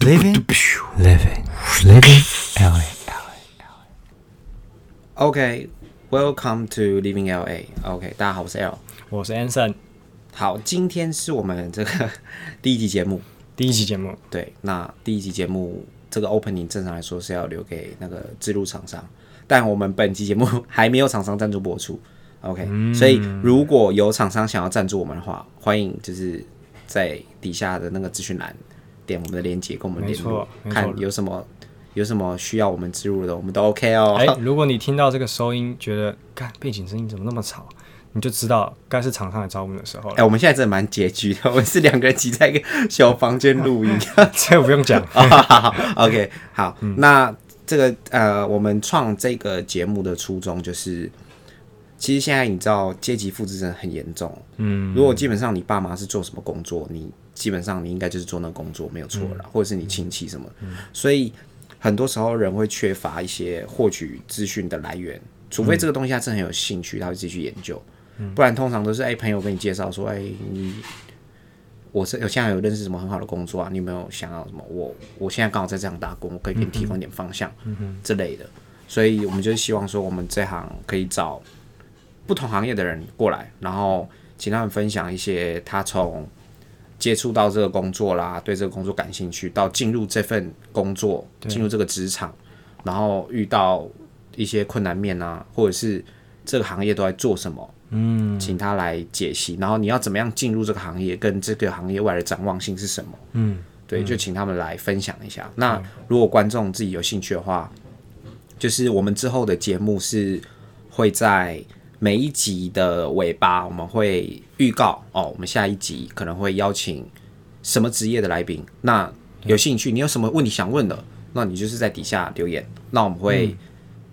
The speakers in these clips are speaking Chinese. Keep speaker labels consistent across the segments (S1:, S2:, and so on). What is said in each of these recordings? S1: Living Living Living LA。
S2: OK，Welcome、to Living LA。OK，大家好，我是 L。
S1: 我是 Anson，
S2: 好，今天是我们这个 第一集节目。
S1: 第一期节目，
S2: 对，那第一集节目这个 opening 正常来说是要留给那个制录厂商，但我们本期节目 还没有厂商赞助播出。OK，、所
S1: 嗯
S2: 以如果有厂商想要赞助我们的话，欢迎就是在底下的那个资讯栏点我们的链接，跟我们
S1: 没
S2: 联
S1: 错
S2: 络，
S1: 没错
S2: 看有什么有什么需要我们植入的，我们都 OK 哦。
S1: 哎、如果你听到这个收音，觉得干背景声音怎么那么吵，你就知道该是厂商来找我们的时候
S2: 哎、
S1: 了。
S2: 我们现在真的蛮拮据的，我们是两个人挤在一个小房间录音。
S1: 这不 用讲，
S2: 啊好好好 OK，好，那这个呃，我们创这个节目的初衷就是，其实现在你知道阶级复制真的很严重，
S1: 嗯，
S2: 如果基本上你爸妈是做什么工作，你基本上你应该就是做那个工作没有错了，或者是你亲戚什么，所以很多时候人会缺乏一些获取资讯的来源，除非这个东西他真的很有兴趣，他会自己去研究，不然通常都是哎、朋友跟你介绍说哎、你。我是我现在有认识什么很好的工作啊？你有没有想要什么？我我现在刚好在这样打工，我可以给你提供点方向、之类的。所以我们就是希望说，我们这行可以找不同行业的人过来，然后请他们分享一些他从接触到这个工作啦，对这个工作感兴趣，到进入这份工作，进入这个职场，然后遇到一些困难面啊，或者是这个行业都在做什么，嗯，请他来解析，然后你要怎么样进入这个行业，跟这个行业外的展望性是什么，
S1: 嗯，
S2: 对，就请他们来分享一下。那如果观众自己有兴趣的话，就是我们之后的节目是会在每一集的尾巴，我们会预告哦，我们下一集可能会邀请什么职业的来宾。那有兴趣，你有什么问题想问的，那你就是在底下留言，那我们
S1: 嗯
S2: 会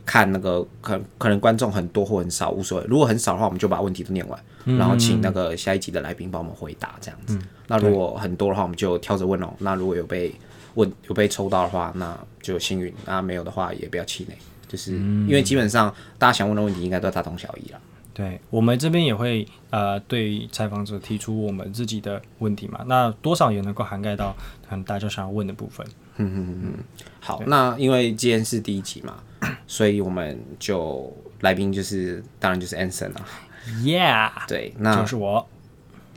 S2: 看那个可可能观众很多或很少无所谓，如果很少的话，我们就把问题都念完，然后请那个下一集的来宾帮我们回答这样子。那如果很多的话，我们就挑着问哦。那如果有被问有被抽到的话，那就幸运；那没有的话，也不要气馁，就是、因为基本上大家想问的问题应该都大同小异啦。
S1: 对我们这边也会呃对采访者提出我们自己的问题嘛，那多少也能够涵盖到可能大家想要问的部分。
S2: 好，那因为今天是第一集嘛，所以我们就来宾就是当然就是 Anson 啦。
S1: Yeah，
S2: 对，
S1: 就
S2: 那
S1: 是我，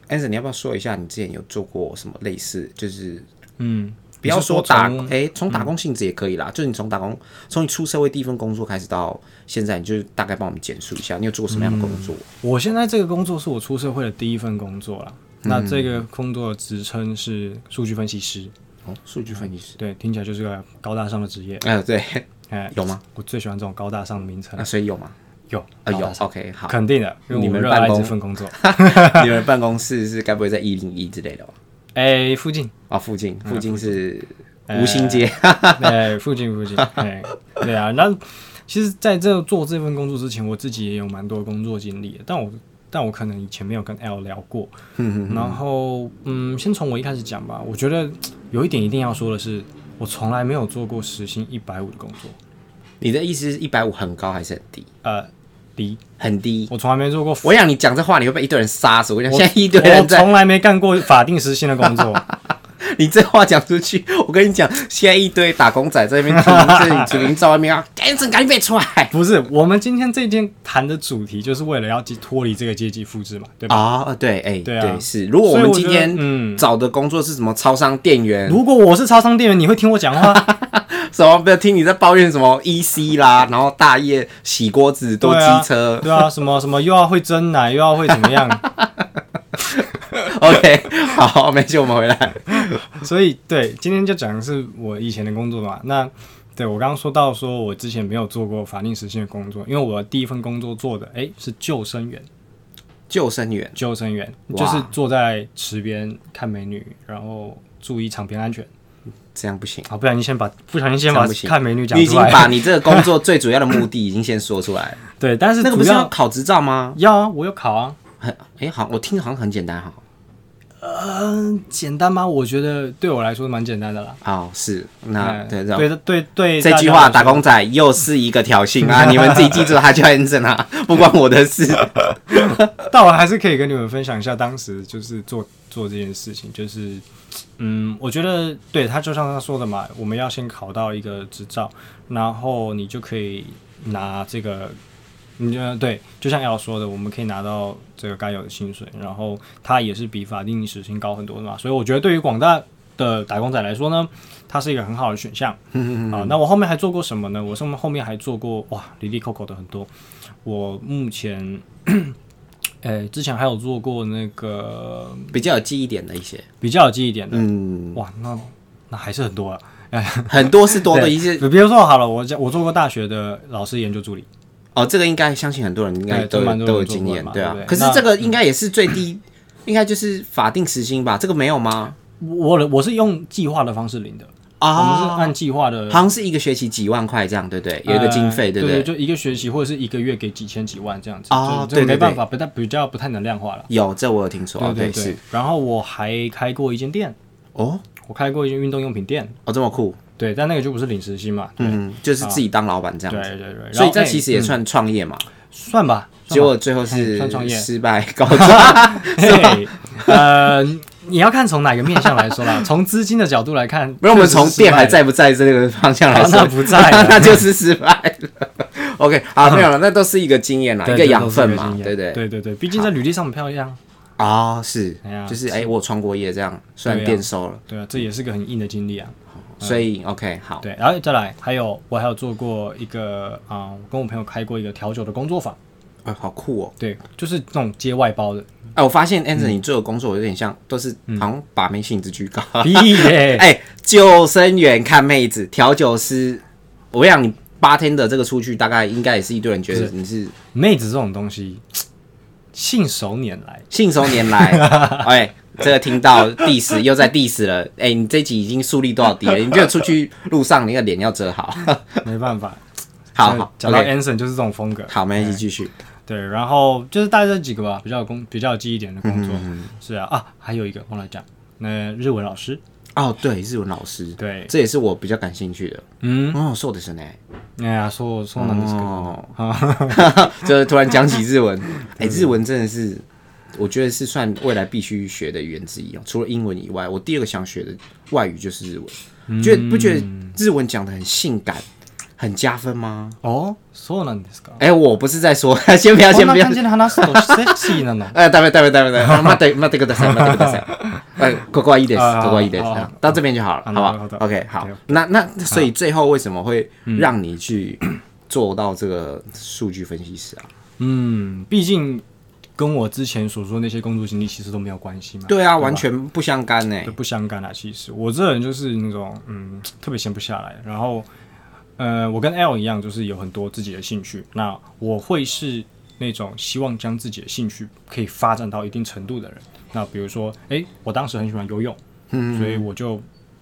S2: Anson 你要不要说一下你之前有做过什么类似，就是
S1: 嗯，
S2: 不要
S1: 你是说
S2: 说打
S1: 从，嗯
S2: 哎，从、打工性质也可以啦，就是你从打工，从你出社会第一份工作开始到现在，你就大概帮我们简述一下，你有做过什么
S1: 嗯
S2: 样的工作？
S1: 我现在这个工作是我出社会的第一份工作啦。
S2: 嗯
S1: 那这个工作的职称是数据分析师，
S2: 哦，数据分析师，
S1: 对，听起来就是个高大上的职业。
S2: 哎、对，
S1: 哎，
S2: 有吗？啊
S1: 我最喜欢这种高大上的名称
S2: 那、。所以有吗？
S1: 嗯有
S2: 啊，
S1: 高
S2: 有
S1: 大上
S2: ，OK，好。
S1: 肯定的，因为
S2: 你
S1: 我
S2: 们
S1: 热
S2: 办
S1: 爱这
S2: 公
S1: 份工作。
S2: 你们办公室是该不会在一零一之类的吧？
S1: 哎，附 近，
S2: 啊，附近，
S1: 嗯
S2: 附近是吴兴街。
S1: 哎，附近，附近，哎，对啊。那其实，在这做这份工作之前，我自己也有蛮多工作经历的，但我但我可能以前没有跟 L 聊过。
S2: 嗯
S1: 然后，嗯，先从我一开始讲吧。我觉得有一点一定要说的是，我从来没有做过时薪一百五的工作。
S2: 你的意思是一百五很高还是很低？
S1: 呃，低，
S2: 很低。
S1: 我从来没做过
S2: 我想你讲这话，你会被一堆人杀死。我跟你
S1: 我
S2: 讲，现在一堆人
S1: 我
S2: 在，
S1: 从来没干过法定时薪的工作，
S2: 你这话讲出去，我跟你讲，现在一堆打工仔在那边听，这里主营在外 面啊，赶紧赶紧被出来
S1: 不是。我们今天这件谈的主题就是为了要脱离这个阶级复制嘛，对吧？
S2: 啊！对，哎，
S1: 对啊
S2: 对，是。如果我
S1: 所以
S2: 们
S1: 我
S2: 今
S1: 觉得
S2: 天
S1: 嗯
S2: 找的工作是什么超商店员，
S1: 如果我是超商店员，你会听我 讲话？
S2: 什么不要听你在抱怨什么 EC 啦，然后大业洗锅子多
S1: 对啊
S2: 机车
S1: 对啊，什么什么又要会蒸奶，又要会怎 么样？
S2: ，OK，好，没事，我们回来。
S1: 所以对，今天就讲的是我以前的工作嘛。那对我刚刚说到说我之前没有做过法定时薪的工作，因为我第一份工作做的诶是救生员。
S2: 救生员，
S1: 救生员，
S2: 哇
S1: 就是坐在池边看美女，然后注意场边安全。
S2: 这样不行。
S1: 啊，不小心先把不小心
S2: 这
S1: 先
S2: 样
S1: 把
S2: 不行
S1: 看美女讲
S2: 你已
S1: 出
S2: 经
S1: 来。
S2: 把你这个工作最主要的目的已经先说出 来了。
S1: 对，但是
S2: 那个不
S1: 主
S2: 是要
S1: 要
S2: 考执照吗？
S1: 要啊，我有考啊。
S2: 很哎、好，我听好像很简单哈。
S1: 嗯，简单吗？我觉得对我来说蛮简单的啦。
S2: 哦，是，那
S1: 嗯
S2: 对这种
S1: 对的对对，
S2: 这
S1: 大家
S2: 句话
S1: 来说
S2: 打工仔又是一个挑 衅啊！你们自己记住，他叫 Anson 啊，不关我的事。
S1: 但我还是可以跟你们分享一下当时就是做做这件事情，就是嗯，我觉得对他就像他说的嘛，我们要先考到一个执照，然后你就可以拿这个，你就对，就像 L 说的，我们可以拿到这个该有的薪水，然后它也是比法定时薪高很多的嘛，所以我觉得对于广大的打工仔来说呢，它是一个很好的选项。啊，那我后面还做过什么呢？我上后面还做过哇，离离扣扣的很多。我目前，呃，之前还有做过那个
S2: 比较有记忆点的一些，
S1: 比较有记忆点的，
S2: 嗯，
S1: 哇，那那还是很多啊。
S2: 很多是多的一些
S1: 比如说好了，我我做过大学的老师研究助理，
S2: 哦，这个应该相信很多人应该都
S1: 对哎这
S2: 有
S1: 蛮多
S2: 都
S1: 人
S2: 有
S1: 做
S2: 经
S1: 过
S2: 验
S1: 嘛，
S2: 对啊
S1: 对。不对
S2: 可是
S1: 那嗯
S2: 这个应该也是最低，应该就是法定时薪吧？这个没有吗？
S1: 我我是用计划的方式领的，我们是
S2: 啊，
S1: 按计划的
S2: 好。像是一个学期几万块这样，对不对？有一个经费，
S1: 呃
S2: 对
S1: 对
S2: 不对？
S1: 就一个学期或者是一个月给几千几万这样子，
S2: 哦
S1: 这这个
S2: 对对
S1: 没办法，不太比较不太能量化了。
S2: 有，这我有听说，哦
S1: 对
S2: 是
S1: 对，然后我还开过一间店，
S2: 哦
S1: 我开过一间运动用品店，
S2: 哦，这么酷，
S1: 对，但那个就不是领时薪嘛，对啊
S2: 嗯，就是自己当老板这
S1: 对
S2: 样子。
S1: 对对，然
S2: 所以
S1: 后
S2: 这
S1: 哎
S2: 其实也
S1: 嗯
S2: 算创业嘛，
S1: 算吧，算
S2: 结
S1: 吧
S2: 果最后
S1: 嗯
S2: 是
S1: 算创业
S2: 失败告终。
S1: 嘿，呃，你要看从哪个面向来 说啦，从资金的角度来看，
S2: 不是我们
S1: 确实是
S2: 从店
S1: 失败
S2: 还
S1: 了
S2: 在不在这个方向来
S1: 啊
S2: 说，
S1: 那不在 了
S2: 那就是失败了。OK，好， 没有了，那都是一个经验啦，
S1: 对
S2: 一个
S1: 这
S2: 养
S1: 都是
S2: 分
S1: 一个
S2: 嘛
S1: 经，验
S2: 对不对？
S1: 对对对，毕竟在履历上很漂亮，
S2: 啊，是
S1: 哎呀，
S2: 就是哎，我创过业这样，虽然
S1: 对啊
S2: 店收了，
S1: 对啊，这也是个很硬的经历啊。
S2: 所以 OK，好，
S1: 对，然后再来，还有我还有做过一个啊、我跟我朋友开过一个调酒的工作坊，
S2: 啊，好酷哦！
S1: 对，就是那种接外包 的，
S2: 哎，我发现
S1: 嗯
S2: Anthony 做的工作有点像，都是好像把妹性质居 高。
S1: 屁 嘞、
S2: 哎，救生员看妹子，调酒师，我想你八天的这个出去，大概应该也是一堆人觉得你是
S1: 妹子这种东西，信手拈来，
S2: 信手拈来。 哎，这个听到 diss 又在 diss 了。哎，你这集已经树立多少敌了？你就出去路上，你的脸要遮好。
S1: 没办法。
S2: 好
S1: 所以
S2: 好
S1: 讲到哎
S2: ，OK，
S1: Anson 就是这种风格，
S2: 好，没关系，继续。
S1: 对，然后就是大概这几个吧，比较有工比较有记忆点的工
S2: 嗯
S1: 作，是啊啊，还有一个忘了讲，那日文老师，
S2: 哦，对，日文老师，
S1: 对，
S2: 这也是我比较感兴趣的。
S1: 嗯，
S2: 哦，そうですね。
S1: 哎呀，说说难的是
S2: 哦， 就是突然讲起日文，
S1: 嗯
S2: 哎、日文真的是，我觉得是算未来必须学的语言之一哦。除了英文以外，我第二个想学的外语就是日文。觉得不觉得日文讲的很性感，很加分吗？
S1: 哦，そうなんですか。
S2: 哎、我不是在说，先不要，
S1: こ
S2: 先
S1: んな
S2: 不要
S1: 感。じで話すとセクシーなの。
S2: 哎，ダメダメダメダメ，待って待ってください，待ってください。哎，ここはいいです，
S1: 啊
S2: ここはいいです
S1: 好好
S2: 啊，到这边就好了，好
S1: 好
S2: 不
S1: 好的
S2: 好？OK，好
S1: 对。
S2: 那那所以最后为什么会让你去做到这个数据分析师啊？
S1: 嗯，毕竟跟我之前所说那些工作经历其实都没有关系嘛。
S2: 对啊，
S1: 吧
S2: 完全不相干呢、
S1: 都不相干啊。其实我这人就是那种嗯，特别闲不下来。然后，呃，我跟 L 一样，就是有很多自己的兴趣。那我会是那种希望将自己的兴趣可以发展到一定程度的人。那比如说，诶，我当时很喜欢游泳，所以我就。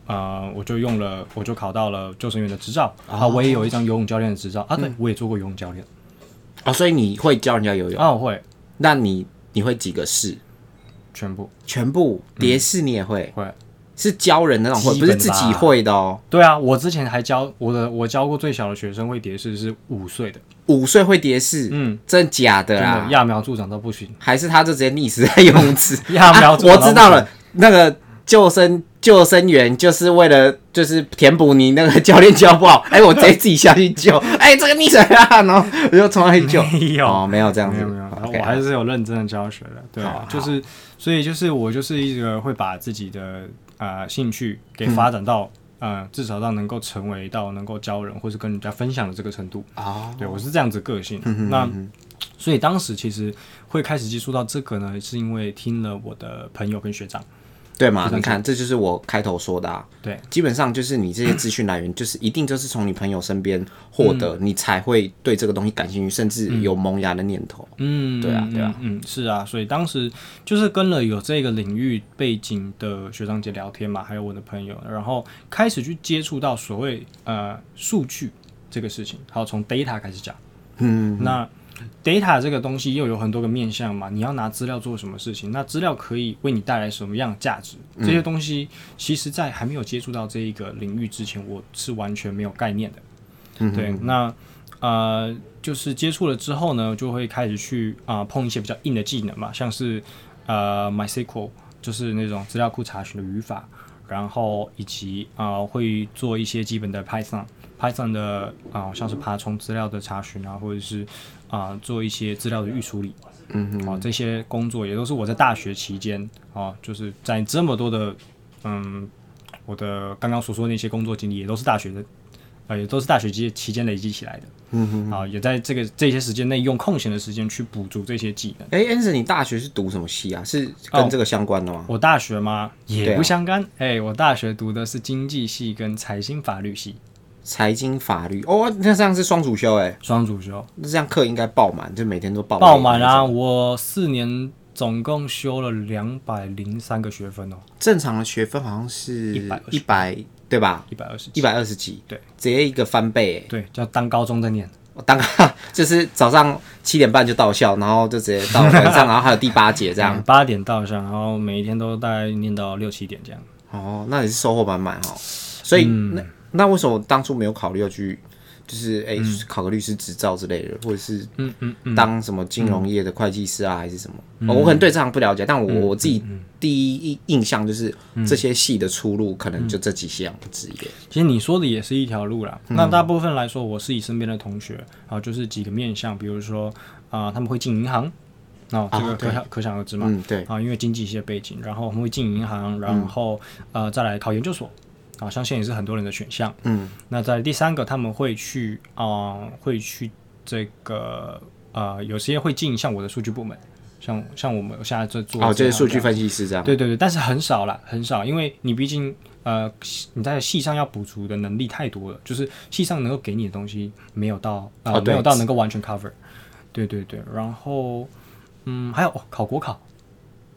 S1: 呃，我就用了，我就考到了救生员的执照啊，我也有一张游泳教练的执照啊，对，我也做过游泳教练
S2: 哦，所以你会教人家游泳？
S1: 啊，我会
S2: 那你你会几个式？
S1: 全部
S2: 全部蝶式你也会？
S1: 会。
S2: 是教人的那种会，
S1: 基
S2: 不
S1: 本
S2: 是自己会的哦。
S1: 对啊，我之前还教我的，我教过最小的学生会蝶式是五岁的，
S2: 五岁会蝶式，
S1: 嗯，
S2: 真假的
S1: 真
S2: 啦
S1: 的？揠苗助长到不行，
S2: 还是他就直接溺死在 游泳 池？啊
S1: 揠苗助长、
S2: 我知道，了，那个救生救生员就是为了就是填补你那个教练教不好， 哎、我直接自己下去救， 哎、这个溺水啦， 然后我就冲上去救。
S1: 没有
S2: 哦，没有这样
S1: 没
S2: 子，
S1: 有没有，然后
S2: OK，
S1: 我还是有认真的教学的，对
S2: 好
S1: 啊
S2: 好，
S1: 就是所以就是我就是一个会把自己的呃兴趣给
S2: 嗯
S1: 发展到、呃至少到能够成为到能够教人或是跟人家分享的这个程度，
S2: 哦，嗯
S1: 对我是这样子个性，那。所以当时其实会开始接触到这个呢，是因为听了我的朋友跟学长，
S2: 对嘛？你看，这就是我开头说的、啊，
S1: 对，
S2: 基本上就是你这些资讯来源，就是一定就是从你朋友身边获得，
S1: 嗯
S2: 你才会对这个东西感兴趣，甚至有萌芽的念头。
S1: 嗯，
S2: 对啊对啊
S1: 嗯，嗯，是啊，所以当时就是跟了有这个领域背景的学长姐聊天嘛，还有我的朋友，然后开始去接触到所谓呃数据这个事情，还有从 data 开始讲，
S2: 嗯，
S1: 那 data 这个东西又有很多个面向嘛，你要拿资料做什么事情？那资料可以为你带来什么样的价值？
S2: 嗯
S1: 这些东西其实，在还没有接触到这一个领域之前，我是完全没有概念的。
S2: 嗯
S1: 对，那呃，就是接触了之后呢，就会开始去啊、碰一些比较硬的技能嘛，像是呃 MySQL，就是那种资料库查询的语法，然后以及啊、呃会做一些基本的 Python。Python 的啊、像是爬虫资料的查询啊，或者是啊、做一些资料的预处理，嗯哼，啊这些工作也都是我在大学期间啊，就是在这么多的嗯，我的刚刚所说的那些工作经历，也都是大学的，呃，也都是大学期期间累积起来的，嗯哼，啊，也在这个这些时间内用空闲的时间去补足这些技能。
S2: 哎、a n s o n 你大学是读什么系啊？是
S1: 哦
S2: 跟这个相关的吗？
S1: 我大学嘛也
S2: 对啊
S1: 不相干，哎、我大学读的是经济系跟财经法律系
S2: 财经、法律哦，那这样是双主修哎、
S1: 双主修，
S2: 那这样课应该爆满，就每天都爆
S1: 爆满啊！
S2: 那种
S1: 我四年总共修了两百零三个学分哦，
S2: 正常的学分好像是
S1: 120
S2: 一百对吧？
S1: 一百二十
S2: 一百二十几，
S1: 对，
S2: 直接一个翻倍、欸。
S1: 对，叫当高中在念。
S2: 我当 就是早上七点半就到校，然后就直接到晚上，然后还有第八节这样。
S1: 嗯八点到上，然后每一天都大概念到六七点这样。
S2: 哦，那也是收获满满哦。所以、
S1: 嗯
S2: 那那为什么当初没有考虑要去，就是哎、考个律师执照之类的，或者是
S1: 嗯嗯，
S2: 当什么金融业的会计师啊，还是什么？哦我可能对这行不了解，但我
S1: 嗯
S2: 我自己第一印象就是这些系的出路可能就
S1: 嗯
S2: 这几项职业。
S1: 其实你说的也是一条路啦。
S2: 嗯
S1: 那大部分来说，我是以身边的同学，然后就是几个面向，比如说啊、他们会进银行，那、这个可想、可想而知嘛。
S2: 啊嗯，对，
S1: 啊，因为经济一些背景，然后我们会进银行，然后、呃再来考研究所，啊，相信也是很多人的选项。
S2: 嗯，
S1: 那在第三个，他们会去啊、呃会去这个呃，有些会进像我的数据部门，像像我们现在在做
S2: 哦，就是
S1: 这样
S2: 数
S1: 的
S2: 据分析师这样。
S1: 对对对，但是很少啦，很少，因为你毕竟呃你在戏上要补足的能力太多了，就是戏上能够给你的东西没有到啊、呃
S2: 哦对
S1: 没有到能够完全 cover。对对对，然后嗯，还有、哦考国考，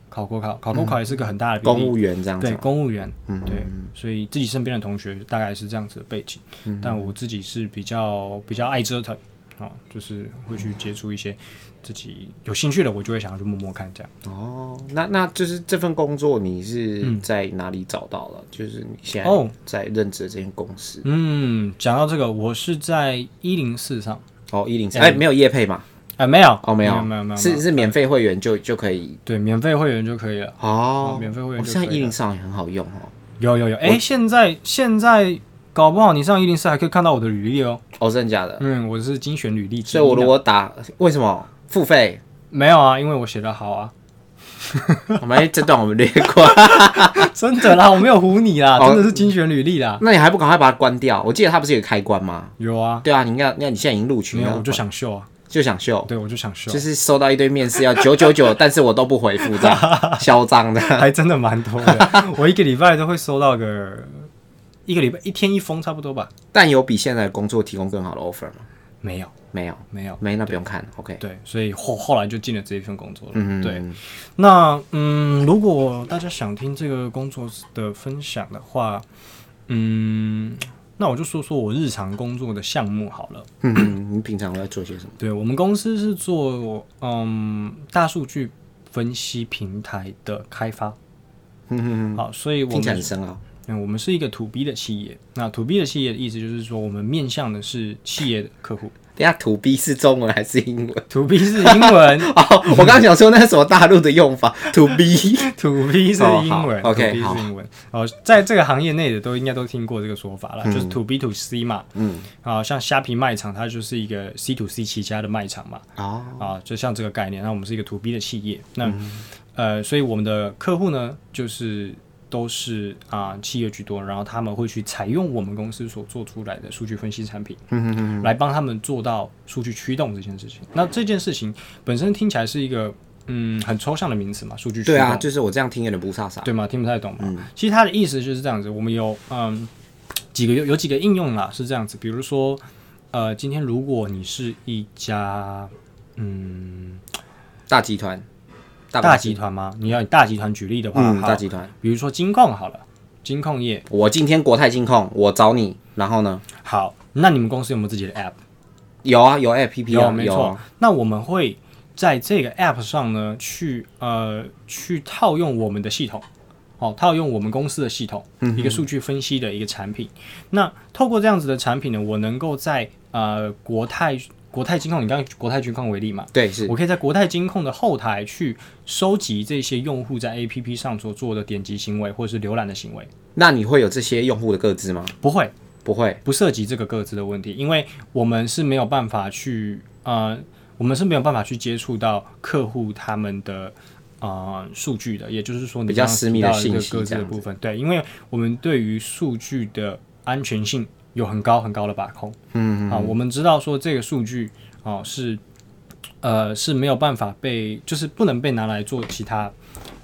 S1: 考国考，考国考也是个很大的比例。
S2: 嗯公务员这样嗯子
S1: 对
S2: 嘛，
S1: 公务员，对，所以自己身边的同学大概是这样子的背景，
S2: 嗯
S1: 但我自己是比较比较爱折腾啊、就是会去接触一些自己有兴趣的，我就会想要去摸摸看这样。
S2: 哦，那那就是这份工作你是在哪里找到了？就是你现
S1: 嗯哦
S2: 在在任职的这间公司
S1: 嗯，讲到这个，我是在一零四上，
S2: 哦，一零三哎，没有业配嘛？
S1: 啊，没有，
S2: 哦，没有，
S1: 没有，没有，没
S2: 是
S1: 有
S2: 是免费会员就就可以
S1: 对，免费会员就可以了。
S2: 哦
S1: 哦，免费会员
S2: 哦
S1: 就
S2: 现在
S1: 可以
S2: 一零三也很好用哦，
S1: 有有有，哎，现在现在搞不好你上一零四还可以看到我的履历哦。
S2: 哦，真的假的？
S1: 嗯，我是精选履历之
S2: 所
S1: 一的，
S2: 以我如果打为什么付费？
S1: 没有啊，因为我写的好啊，
S2: 我们这段我们略过，
S1: 真的啦，我没有唬你啦，
S2: 哦
S1: 真的是精选履历啦。
S2: 那你还不赶快把它关掉？我记得它不是有开关吗？
S1: 有啊，
S2: 对啊，你应该，那你现在已经录取
S1: 没有，我
S2: 了，
S1: 就想秀啊，
S2: 就想秀，
S1: 对，我就想秀
S2: 就，是收到一堆面试要九九九，但是我都不回复，这 样嚣张的。
S1: 还真的蛮多 的，我一个礼拜都会收到个一个礼拜一天一封差不多吧。
S2: 但有比现在的工作提供更好的 offer 吗？
S1: 没有，
S2: 没有，
S1: 没有。
S2: 没，那不用看。OK，
S1: 对，所以后后来就进了这一份工作了。
S2: 嗯，
S1: 对。那嗯，如果大家想听这个工作的分享的话，嗯，那我就说说我日常工作的项目好了。
S2: 嗯嗯，你平常都在做些什么？
S1: 对我们公司是做嗯大数据分析平台的开发，
S2: 嗯嗯
S1: 好，所以
S2: 嗯，
S1: 我
S2: 听起来很
S1: 们
S2: 深奥。
S1: 嗯我们是一个 to B 的企业。那 to B 的企业的意思就是说，我们面向的是企业的客户
S2: 等一下，to B 是中文还是英文？
S1: ，to B 是英文
S2: 哦，我刚刚想说那是什么大陆的用法，to B。
S1: 土 B 是
S2: 哦
S1: 英
S2: 好
S1: 文、
S2: OK，
S1: 土 B
S2: 好
S1: 是英文。哦，在这个行业内的都应该都听过这个说法了，就是 to B to C 嘛。
S2: 嗯，
S1: 啊，像虾皮卖场，它就是一个 C to C 起家的卖场嘛。
S2: 哦，
S1: 啊，就像这个概念。那我们是一个 to B 的企业，那、
S2: 嗯
S1: 呃，所以我们的客户呢，就是都是啊、企业居多，然后他们会去采用我们公司所做出来的数据分析产品，
S2: 嗯嗯嗯，
S1: 来帮他们做到数据驱动这件事情。那这件事情本身听起来是一个嗯很抽象的名词嘛，数据驱
S2: 对
S1: 动。
S2: 啊，就是我这样听有点不飒飒。
S1: 对吗？听不太懂嘛。
S2: 嗯
S1: 其实它的意思就是这样子，我们有嗯几个有有几个应用啦，是这样子，比如说呃，今天如果你是一家嗯
S2: 大集团，大
S1: 大
S2: 公司
S1: 集团吗？你要以大集团举例的话，
S2: 嗯，
S1: 好
S2: 大集团。
S1: 比如说金控好了，金控业
S2: 我今天国泰金控，我找你，然后呢？
S1: 好，那你们公司有没有自己的 app？
S2: 有啊，有 APP 啊，
S1: 哦没
S2: 有
S1: 错
S2: 啊。。
S1: 那我们会在这个 App 上呢，去呃去套用我们的系统，哦，套用我们公司的系统，一个数据分析的一个产品。那透过这样子的产品呢，我能够在呃国泰国泰金控，你刚刚国泰金控为例嘛，
S2: 对，是
S1: 我可以在国泰金控的后台去收集这些用户在 APP 上所做的点击行为或者是浏览的行为，
S2: 那你会有这些用户的个资吗？
S1: 不会
S2: 不会，
S1: 不涉及这个各自的问题，因为我们是没有办法去呃，我们是没有办法去接触到客户他们的。啊、数据的，也就是说你
S2: 比较
S1: 刚刚
S2: 私
S1: 提
S2: 密的
S1: 到一个
S2: 信息
S1: 各自
S2: 这
S1: 的
S2: 样子
S1: 部分，对，因为我们对于数据的安全性有很高很高的把控，嗯啊，我们知道说这个数据哦、是呃是没有办法被，就是不能被拿来做其他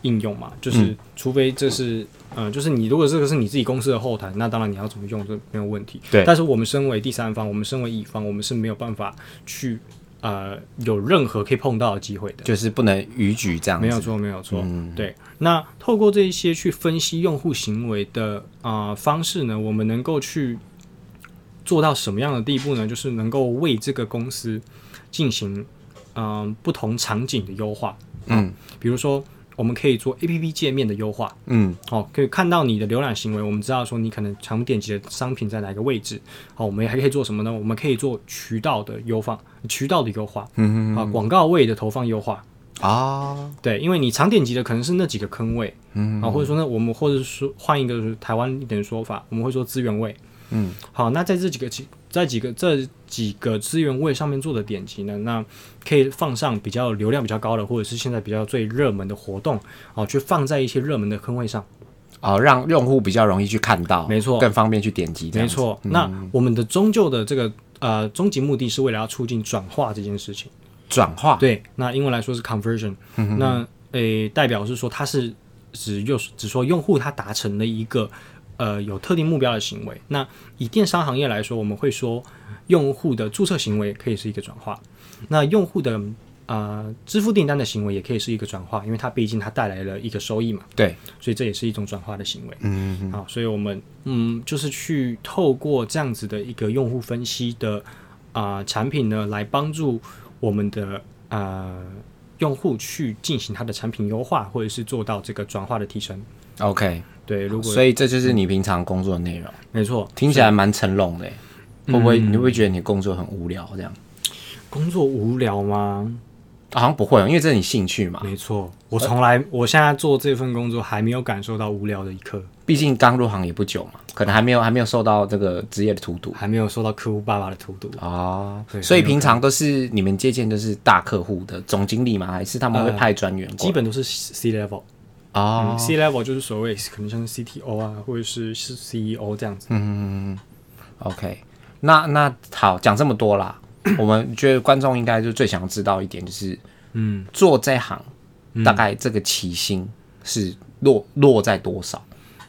S1: 应用嘛，就是除非这是。嗯，就是你如果这个是你自己公司的后台，那当然你要怎么用这没有问题。
S2: 对
S1: 但是我们身为第三方，我们身为乙方，我们是没有办法去呃有任何可以碰到的机会的。
S2: 就是不能逾矩这样
S1: 没有
S2: 子。
S1: 错，没有错。对。那透过这一些去分析用户行为的啊、呃方式呢，我们能够去做到什么样的地步呢？就是能够为这个公司进行嗯、呃不同场景的优化。啊
S2: 嗯
S1: 比如说，我们可以做 A P P 界面的优化，
S2: 嗯，
S1: 哦，可以看到你的浏览行为，我们知道说你可能常点击的商品在哪一个位置。好、我们还可以做什么呢？我们可以做渠道的优化，渠道的优化，嗯啊，广告位的投放优化，
S2: 啊，
S1: 对，因为你常点击的可能是那几个坑位，嗯，啊，或者说呢，我们或者是说换一个台湾一点的说法，我们会说资源位，
S2: 嗯，
S1: 好，那在这几个几在几个这几个资源位上面做的点击呢，那可以放上比较流量比较高的，或者是现在比较最热门的活动，哦、去放在一些热门的坑位上，
S2: 哦，让用户比较容易去看到，
S1: 没错
S2: 更方便去点击，这
S1: 没
S2: 样子。嗯
S1: 错。那我们的终究的这个呃终极目的是为了要促进转化这件事情。
S2: 转化，
S1: 对，那英文来说是 conversion，、那诶、代表是说它是指又只说用户他达成了一个呃有特定目标的行为。那以电商行业来说，我们会说用户的注册行为可以是一个转化，那用户的呃支付订单的行为也可以是一个转化，因为它毕竟它带来了一个收益嘛。
S2: 对，
S1: 所以这也是一种转化的行为。嗯好，所以我们嗯，就是去透过这样子的一个用户分析的啊、呃产品呢，来帮助我们的呃用户去进行它的产品优化，或者是做到这个转化的提升。
S2: OK，
S1: 对，如果
S2: 所以这就是你平常工作的内容，
S1: 没错，
S2: 听起来蛮沉笼的欸，会不
S1: 嗯
S2: 会？你会不会觉得你工作很无聊这样？
S1: 工作无聊吗？
S2: 好像不会哦，因为这是你兴趣嘛。
S1: 没错，我从来，我现在做这份工作还没有感受到无聊的一刻，
S2: 毕竟刚入行也不久嘛，可能还没有还没有受到这个职业的荼毒
S1: 还没有受到客户爸爸的荼毒。
S2: 哦。
S1: 对
S2: 所以平常都是你们接见都是大客户的总经理吗？还是他们会
S1: 呃
S2: 派专员过
S1: 基
S2: 来？
S1: 本都是 C level，
S2: 哦，
S1: 嗯，C level 就是所谓可能像是 CTO 啊，或者是是 CEO 这样子。
S2: OK，那那好，讲这么多啦，我们觉得观众应该就最想要知道一点，就是
S1: 嗯，
S2: 做这行、大概这个起薪是落落在多少？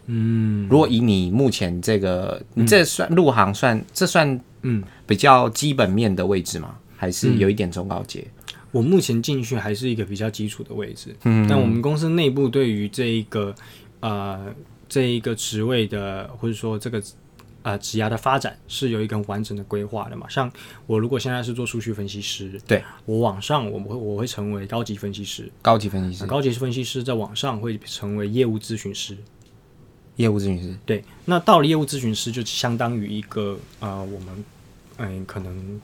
S1: 嗯，
S2: 如果以你目前这个，你这算入行算这算
S1: 嗯
S2: 比较基本面的位置吗？还是有一点中高阶？
S1: 我目前进去还是一个比较基础的位置。嗯，但我们公司内部对于这一个呃这一个职位的，或者说这个呃职涯的发展是有一个很完整的规划的嘛。像我如果现在是做数据分析师，
S2: 对
S1: 我往上我会我会成为高级分析师，
S2: 高级分析师、
S1: 高级分析师在往上会成为业务咨询师。
S2: 业务咨询师，
S1: 对，那到了业务咨询师，就相当于一个呃，我们嗯、可能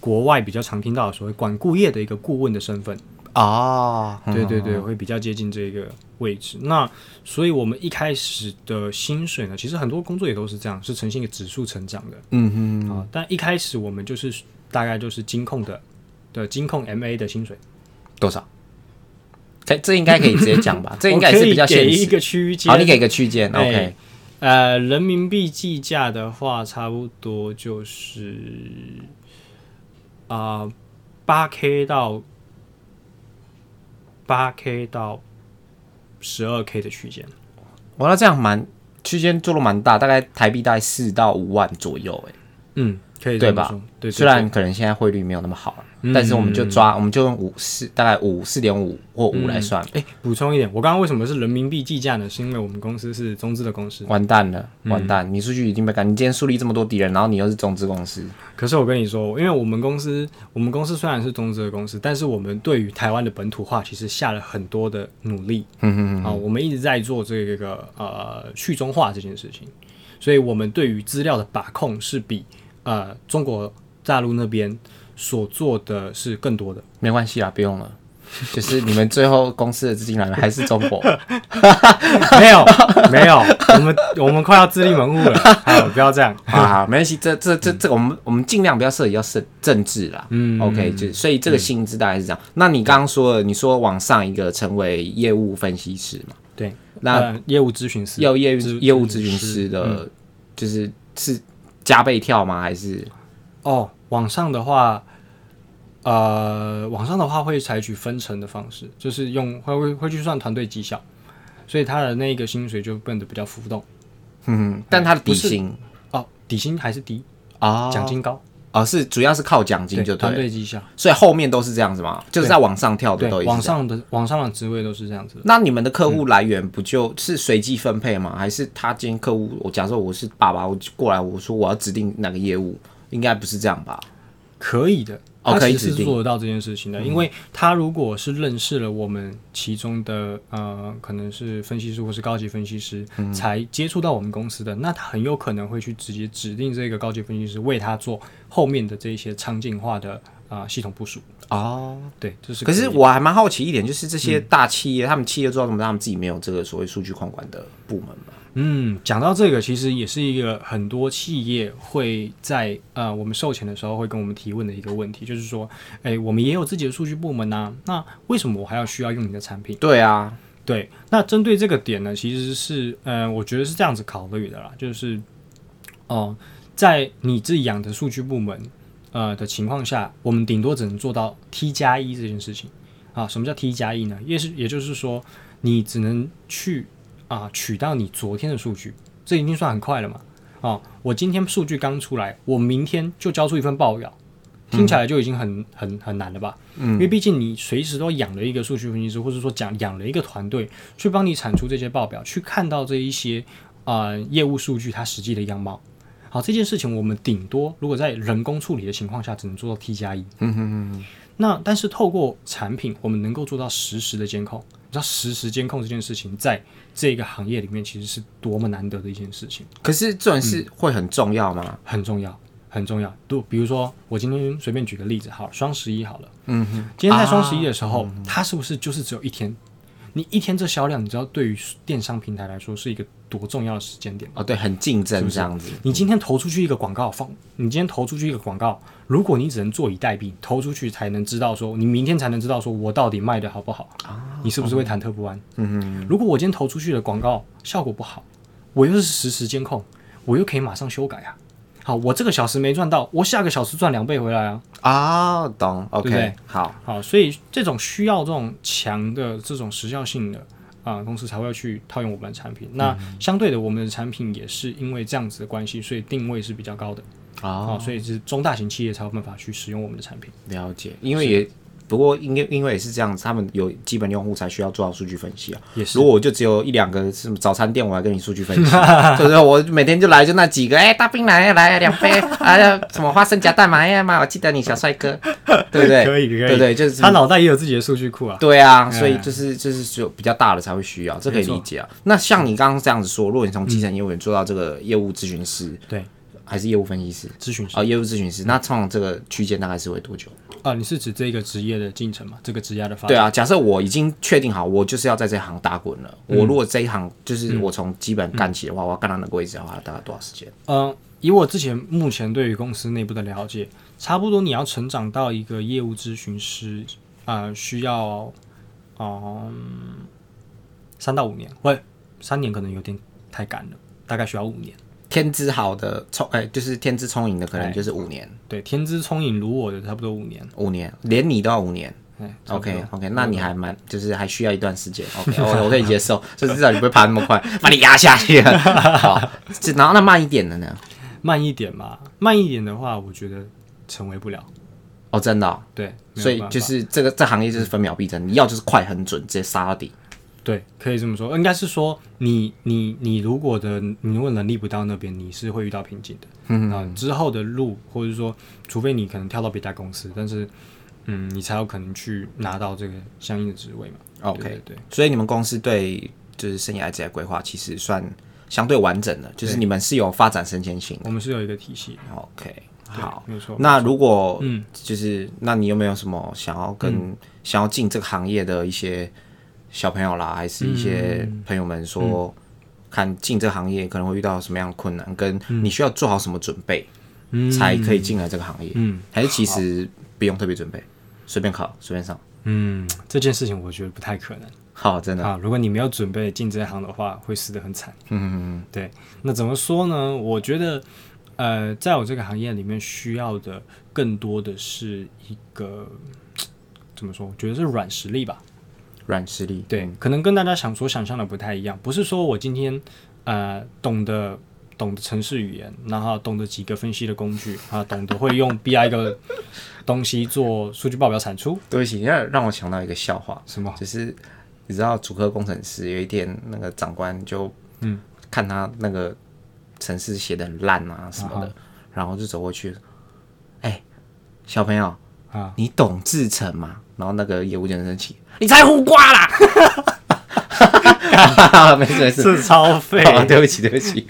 S1: 国外比较常听到的所谓管顾业的一个顾问的身份。
S2: 哦，
S1: 对对对，会比较接近这个位置。那所以我们一开始的薪水呢，其实很多工作也都是这样，是呈现一个指数成长的
S2: 嗯
S1: 啊、但一开始我们就是大概就是金控的的金控 MA 的薪水，
S2: 哼，多少？这这应该可以直接讲 吧，这应该
S1: 我
S2: 也
S1: 可
S2: 是
S1: 以
S2: 比较
S1: 给
S2: 现
S1: 一
S2: 实。
S1: 个区间。
S2: 好，你给一个区间
S1: 哎
S2: ，OK，
S1: 呃，人民币计价的话，差不多就是啊八、K 到八 K 到十二 K 的区间。
S2: 哇，那这样蛮区间做的蛮大，大概台币大概四到五万左右，哎，
S1: 嗯，可以
S2: 对
S1: 这么
S2: 吧
S1: 说。对，对
S2: 虽然可能现在汇率没有那么好了，
S1: 嗯
S2: 但是我们就抓，我们就用五四，大概五四点五或五来算，
S1: 对哎，补充一点，我刚刚为什么是人民币计价呢？是因为我们公司是中资的公司。
S2: 欸完蛋了，完蛋，你数据已经被干，你今天树立这么多敌人，然后你又是中资公司，
S1: 可是我跟你说，因为我们公司，我们公司虽然是中资的公司，但是我们对于台湾的本土化其实下了很多的努力。
S2: 嗯嗯，
S1: 啊、我们一直在做这个呃去中化这件事情，所以我们对于资料的把控是比呃中国大陆那边所做的是更多的。
S2: 没关系啦，不用了。 就是你们最后公司的资金来源还是中 国，
S1: 没有，没有，我们我们快要自立门户了，还有不要这样。
S2: 啊，没关系，这这这这个我们我们尽量不要涉及到政政治啦。嗯，OK，就所以这个薪资大概是这样。那你刚刚说了，你说往上一个成为业务分析师嘛，
S1: 对，
S2: 那
S1: 呃业务咨询师
S2: 要业务
S1: 咨
S2: 业务咨询师的，就是是加倍跳吗？还是
S1: 哦，网上的话，呃，网上的话会采取分成的方式，就是用会会会去算团队绩效，所以他的那个薪水就变得比较浮动
S2: 嗯，但他的底
S1: 不是
S2: 薪
S1: 哦，底薪还是低，
S2: 啊
S1: 奖金高，
S2: 啊是主要是靠奖金就
S1: 团
S2: 对了，
S1: 队绩效，
S2: 所以后面都是这样子嘛，就是在往上嗯跳的
S1: 对
S2: 都一，直
S1: 网
S2: 这样。
S1: 上的网上的职位都是这样子的。
S2: 那你们的客户来源不就是随机分配吗？还是他今天客户，我假设我是爸爸，我过来我说我要指定哪个业务，应该不是这样吧？
S1: 可以的，
S2: 哦
S1: 他
S2: 可以
S1: 其实
S2: 指
S1: 是
S2: 定嗯
S1: 做得到这件事情的，因为他如果是认识了我们其中的呃，可能是分析师或是高级分析师，
S2: 嗯
S1: 才接触到我们公司的，那他很有可能会去直接指定这个高级分析师为他做后面的这一些场景化的啊、呃系统部署。
S2: 哦，
S1: 对，这是
S2: 可嗯是
S1: 以
S2: 我还蛮好奇一点，就是这些大企业，他们企业做到什么，他们自己没有这个所谓数据控管的部门嘛？
S1: 嗯，讲到这个，其实也是一个很多企业会在呃我们售前的时候会跟我们提问的一个问题，就是说，哎，我们也有自己的数据部门呐、那为什么我还要需要用你的产品？
S2: 对啊，
S1: 对，那针对这个点呢，其实是，呃，我觉得是这样子考虑的啦，就是，哦、在你自己养的数据部门，呃的情况下，我们顶多只能做到 T 加一这件事情啊。什么叫 T 加一呢？也是，也就是说，你只能去啊取到你昨天的数据，这已经算很快了嘛。啊，我今天数据刚出来，我明天就交出一份报表，听起来就已经很很很难了吧？因为毕竟你随时都养了一个数据分析师，或者说讲养了一个团队，去帮你产出这些报表，去看到这一些啊、呃业务数据它实际的样貌。好，这件事情我们顶多如果在人工处理的情况下，只能做到 T 加一。嗯哼哼。那但是透过产品，我们能够做到实时的监控。你知道实时监控这件事情，在这个行业里面其实是多么难得的一件事情，
S2: 可是这种
S1: 嗯
S2: 事会很重要吗？
S1: 很重要，很重要。都比如说，我今天随便举个例子，好了，双十一好了。
S2: 嗯哼，啊嗯
S1: 今天在双十一的时候，它是不是就是只有一天？你一天这销量，你知道对于电商平台来说是一个多重要的时间点吗？
S2: 哦，对，很竞争这样子。
S1: 你今天投出去一个广告，放你今天投出去一个广告，如果你只能坐以待毙，投出去才能知道说，你明天才能知道说我到底卖的好不好，你是不是会忐忑不安？
S2: 啊嗯哼，
S1: 如果我今天投出去的广告效果不好，我又是实时监控，我又可以马上修改啊。好，我这个小时没赚到，我下个小时赚两倍回来啊。
S2: 啊，懂
S1: 对不
S2: ，OK，
S1: 对
S2: 好，
S1: 好，所以这种需要这种强的这种时效性的啊、公司才会去套用我们的产品。那
S2: 嗯
S1: 相对的，我们的产品也是因为这样子的关系，所以定位是比较高的啊、
S2: 哦，
S1: 所以是中大型企业才有办法去使用我们的产品。
S2: 了解，因为也。不过因，因因为也是这样子，他们有基本用户才需要做到数据分析啊。
S1: 也是
S2: 如果我就只有一两个什么早餐店，我还跟你数据 分析，就是我每天就来就那几个，哎、大冰奶来两 杯，哎呀，什么花生夹蛋嘛，哎呀妈，我记得你小帅哥，对不对？
S1: 可以可以
S2: 对不对，就是
S1: 他脑袋也有自己的数据库啊。
S2: 对啊，所以就是就是只有比较大的才会需要，这可以
S1: 没错
S2: 理解啊。那像你刚刚这样子说，如果你从基层业务员做到这个业务咨询师，
S1: 对，
S2: 还是业务分析师
S1: 咨询师
S2: 啊、业务咨询师，那通常这个区间大概是会多久？
S1: 啊、你是指这个职业的进程嘛？这个职业的发
S2: 对
S1: 展？
S2: 啊，假设我已经确定好，我就是要在这行打滚了。
S1: 嗯
S2: 我如果这一行就是我从基本干起的话，我要干到那个位置的话，大概多少时间？
S1: 嗯、以我之前目前对于公司内部的了解，差不多你要成长到一个业务咨询师啊、需要嗯三到五年，喂，三年可能有点太赶了，大概需要五年。
S2: 天资好的聪，哎、就是天资聪颖的，可
S1: 哎
S2: 能就是五年，
S1: 对，天资聪颖如我的，差不多五年。
S2: 五年，连你都要五年。
S1: 哎
S2: OK OK，那你还蛮就是还需要一段时 间。OK，我我可以接受，所以至少你不会爬那么 快，把你压下去 了。好，这然后那慢一点的呢？
S1: 慢一点嘛，慢一点的话，我觉得成为不了。
S2: 哦，真的哦、
S1: 对，没有
S2: 所以
S1: 办法
S2: 就是这个这行业就是分秒必争，你要就是快很准，直接杀到底。
S1: 对，可以这么说，应该是说你你你如果的你如果能力不到那边，你是会遇到瓶颈的。嗯啊，之后的路或者说，除非你可能跳到别家公司，但是嗯，你才有可能去拿到这个相应的职位嘛。
S2: OK
S1: 对对对
S2: 所以你们公司对就是生涯职业规划其实算相对完整的，就是你们是有发展升迁型的。
S1: 我们是有一个体系的。
S2: OK，好，
S1: 没错。
S2: 那如果
S1: 嗯
S2: 就是，那你有没有什么想要跟想要进这个行业的一些小朋友啦，还是一些
S1: 嗯
S2: 朋友们说，看进这个行业可能会遇到什么样的困难，跟你需要做好什么准备
S1: 嗯
S2: 才可以进来这个行业？
S1: 嗯
S2: 还是其实不用特别准备，随便考随便上。
S1: 嗯，这件事情我觉得不太可能。
S2: 好，真的，
S1: 啊，如果你没有准备进这行的话，会死得很惨。
S2: 嗯嗯
S1: 对，那怎么说呢？我觉得，呃，在我这个行业里面需要的更多的是一个怎么说？我觉得是软实力吧。
S2: 嗯，软实力，
S1: 对，可能跟大家想所想象的不太一样。不是说我今天呃懂得懂得城市语言，然后懂得几个分析的工具啊，懂得 会用 BI 个东西做数据报表产出，
S2: 对不起，让让我想到一个笑话，
S1: 什么？
S2: 就是你知道主科工程师有一天那个长官就
S1: 嗯
S2: 看他那个程式写的很烂啊什么的，然后就走过去，哎、小朋友，
S1: 啊，
S2: 你懂制程吗？然后那个业务就很生气，你才胡瓜啦！没事没事，
S1: 是超废，
S2: 好对不起对不起，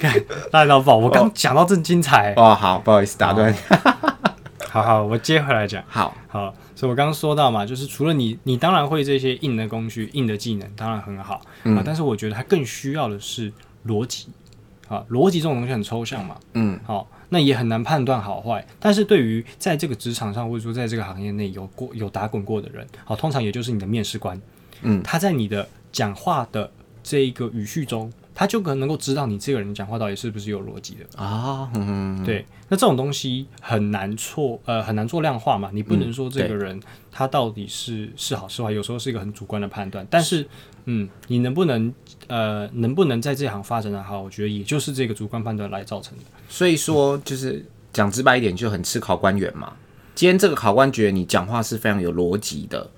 S1: 烂到爆！我刚讲到正精彩，
S2: 哦好，不好意思打断，
S1: 好好，我接回来讲。
S2: 好，
S1: 好，所以我刚刚说到嘛，就是除了你，你当然会这些硬的工具、硬的技能，当然很好、啊。但是我觉得它更需要的是逻辑啊，逻辑这种东西很抽象嘛，
S2: 嗯，
S1: 好、那也很难判断好坏。但是对于在这个职场上，或者说在这个行业内有过有打滚过的人，好、通常也就是你的面试官，
S2: 嗯
S1: 他在你的讲话的这一个语序中，他就可能能够知道你这个人讲话到底是不是有逻辑的。
S2: 啊、嗯，嗯，
S1: 对，那这种东西很难错，呃，很难做量化嘛。你不能说这
S2: 对
S1: 个人、他到底是是好是坏，有时候是一个很主观的判断。但是，嗯，你能不能呃，能不能在这行发展的好，我觉得也就是这个主观判断来造成的。
S2: 所以说就是讲直白一点，就很吃考官缘嘛。今天这个考官觉得你讲话是非常有逻辑的，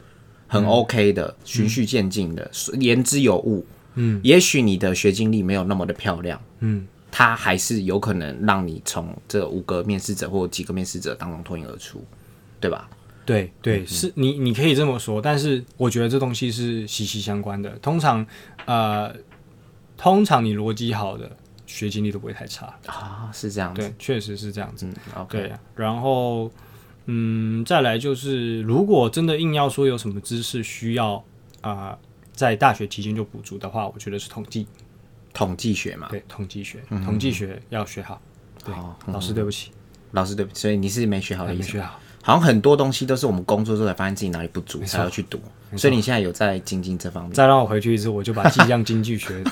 S2: 很 OK 的，循序渐进的，言之有物。
S1: 嗯，
S2: 也许你的学经历没有那么的漂亮，
S1: 嗯
S2: 他还是有可能让你从这五个面试者或几个面试者当中脱颖而出，对吧？
S1: 对对，是你你可以这么说，但是我觉得这东西是息息相关的。通常，呃，通常你逻辑好的，学经历都不会太差。
S2: 啊，是这样子。
S1: 对，确实是这样子。
S2: 嗯，OK，
S1: 对，啊然后嗯，再来就是，如果真的硬要说有什么知识需要啊、在大学期间就补足的话，我觉得是统计，
S2: 统计学嘛。
S1: 对，统计学，
S2: 嗯
S1: 统计学要学好。对，
S2: 好
S1: 老师对不起，
S2: 老师对不起，所以你是没啊学好
S1: 还
S2: 的意
S1: 没
S2: 思。
S1: 学好。
S2: 好像很多东西都是我们工作之后才发现自己哪里不足，才要去读。所以你现在有在精进这方面。
S1: 再让我回去一次，我就把计量经 济学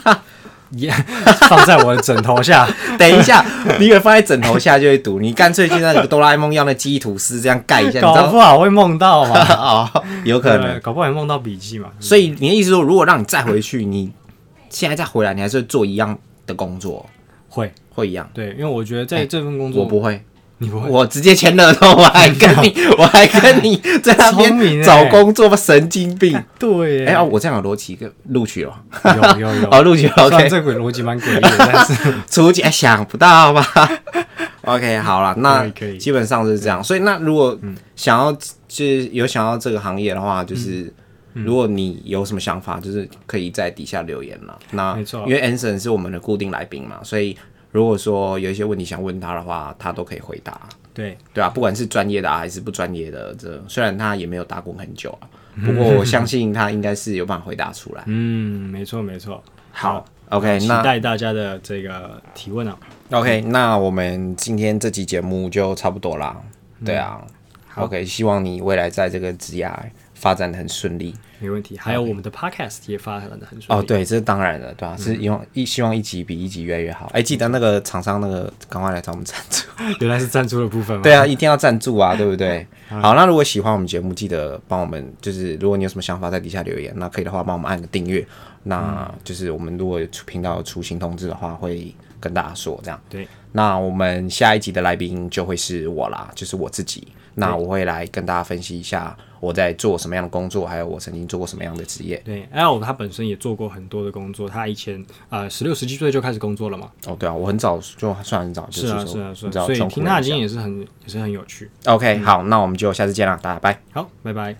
S1: 也放在我的枕头下。
S2: 等一下，你以为放在枕头下就会堵，你干脆就像哆啦 A 梦一样的记忆吐司这样盖一哎下，你知
S1: 搞
S2: 道
S1: 不好会梦到嘛？
S2: 啊、哦？有 可能
S1: 对。搞不好也梦到笔记嘛。
S2: 所以你的意思说，如果让你再回去，你现在再回来，你还是会做一样的工作，
S1: 会，
S2: 会一样？
S1: 对，因为我觉得在这份工作，
S2: 我不会，
S1: 你不会，
S2: 我直接签合同，我还跟你，我还跟你在那
S1: 聪明
S2: 边
S1: 欸
S2: 找工作，神经病！
S1: 对耶，
S2: 哎、哦我这样有逻辑，跟录取了吗，
S1: 有有 有，
S2: 哦，录取了
S1: 虽然
S2: ，OK，
S1: 这鬼逻辑蛮诡异的，但是。
S2: 初级、哎想不到 吧？OK，好了，
S1: 可
S2: 那
S1: 以可以
S2: 基本上是这样。所以那如果想要就是有想要这个行业的话，就是。
S1: 嗯
S2: 如果你有什么想法，就是可以在底下留言了。那
S1: 没错
S2: 因为 Anson 是我们的固定来宾嘛，所以如果说有一些问题想问他的话，他都可以回答，
S1: 对，
S2: 对啊，不管是专业的、啊、还是不专业的，这虽然他也没有打工很久啊，不 过我相信他应该是有办法回答出来。
S1: 嗯，没错没错。
S2: 好，OK，
S1: 期
S2: 那
S1: 待大家的这个提问啊。
S2: OK，那我们今天这期节目就差不多啦。对啊、o k 希望你未来在这个职涯发展的很顺利。
S1: 没问题，还有我们的 podcast 也发展的很顺
S2: 哦，
S1: 利。
S2: 对，嗯这是当然的，对吧、啊是希望一希望一集比一集越来越好。哎、记得那个厂商那个赶快来找我们赞助。 啊
S1: 原来是赞助的部分嘛。
S2: 对啊，一定要赞助 啊，对不对？好，那如果喜欢我们节目，记得帮我们，就是如果你有什么想法，在底下留言。那可以的话，帮我们按个订阅。那就是我们如果有出频道有出新通知的话，会跟大家说这样。
S1: 对，
S2: 那我们下一集的来宾就会是我啦，就是我自己。那我会来跟大家分析一下我在做什么样的工作，还有我曾经做过什么样的职业。
S1: 对，L 他本身也做过很多的工作，他以前啊十六十七岁就开始工作了嘛。
S2: 哦，对啊，我很早就算很早，就是
S1: 啊
S2: 说
S1: 是啊是
S2: 你
S1: 啊
S2: 知，道
S1: 所以
S2: 从
S1: 听
S2: 苦
S1: 他的
S2: 练
S1: 经验
S2: 起
S1: 也是很也是很有趣。
S2: 来 OK，好，那我们就下次见啦，大家拜。
S1: 好，拜拜。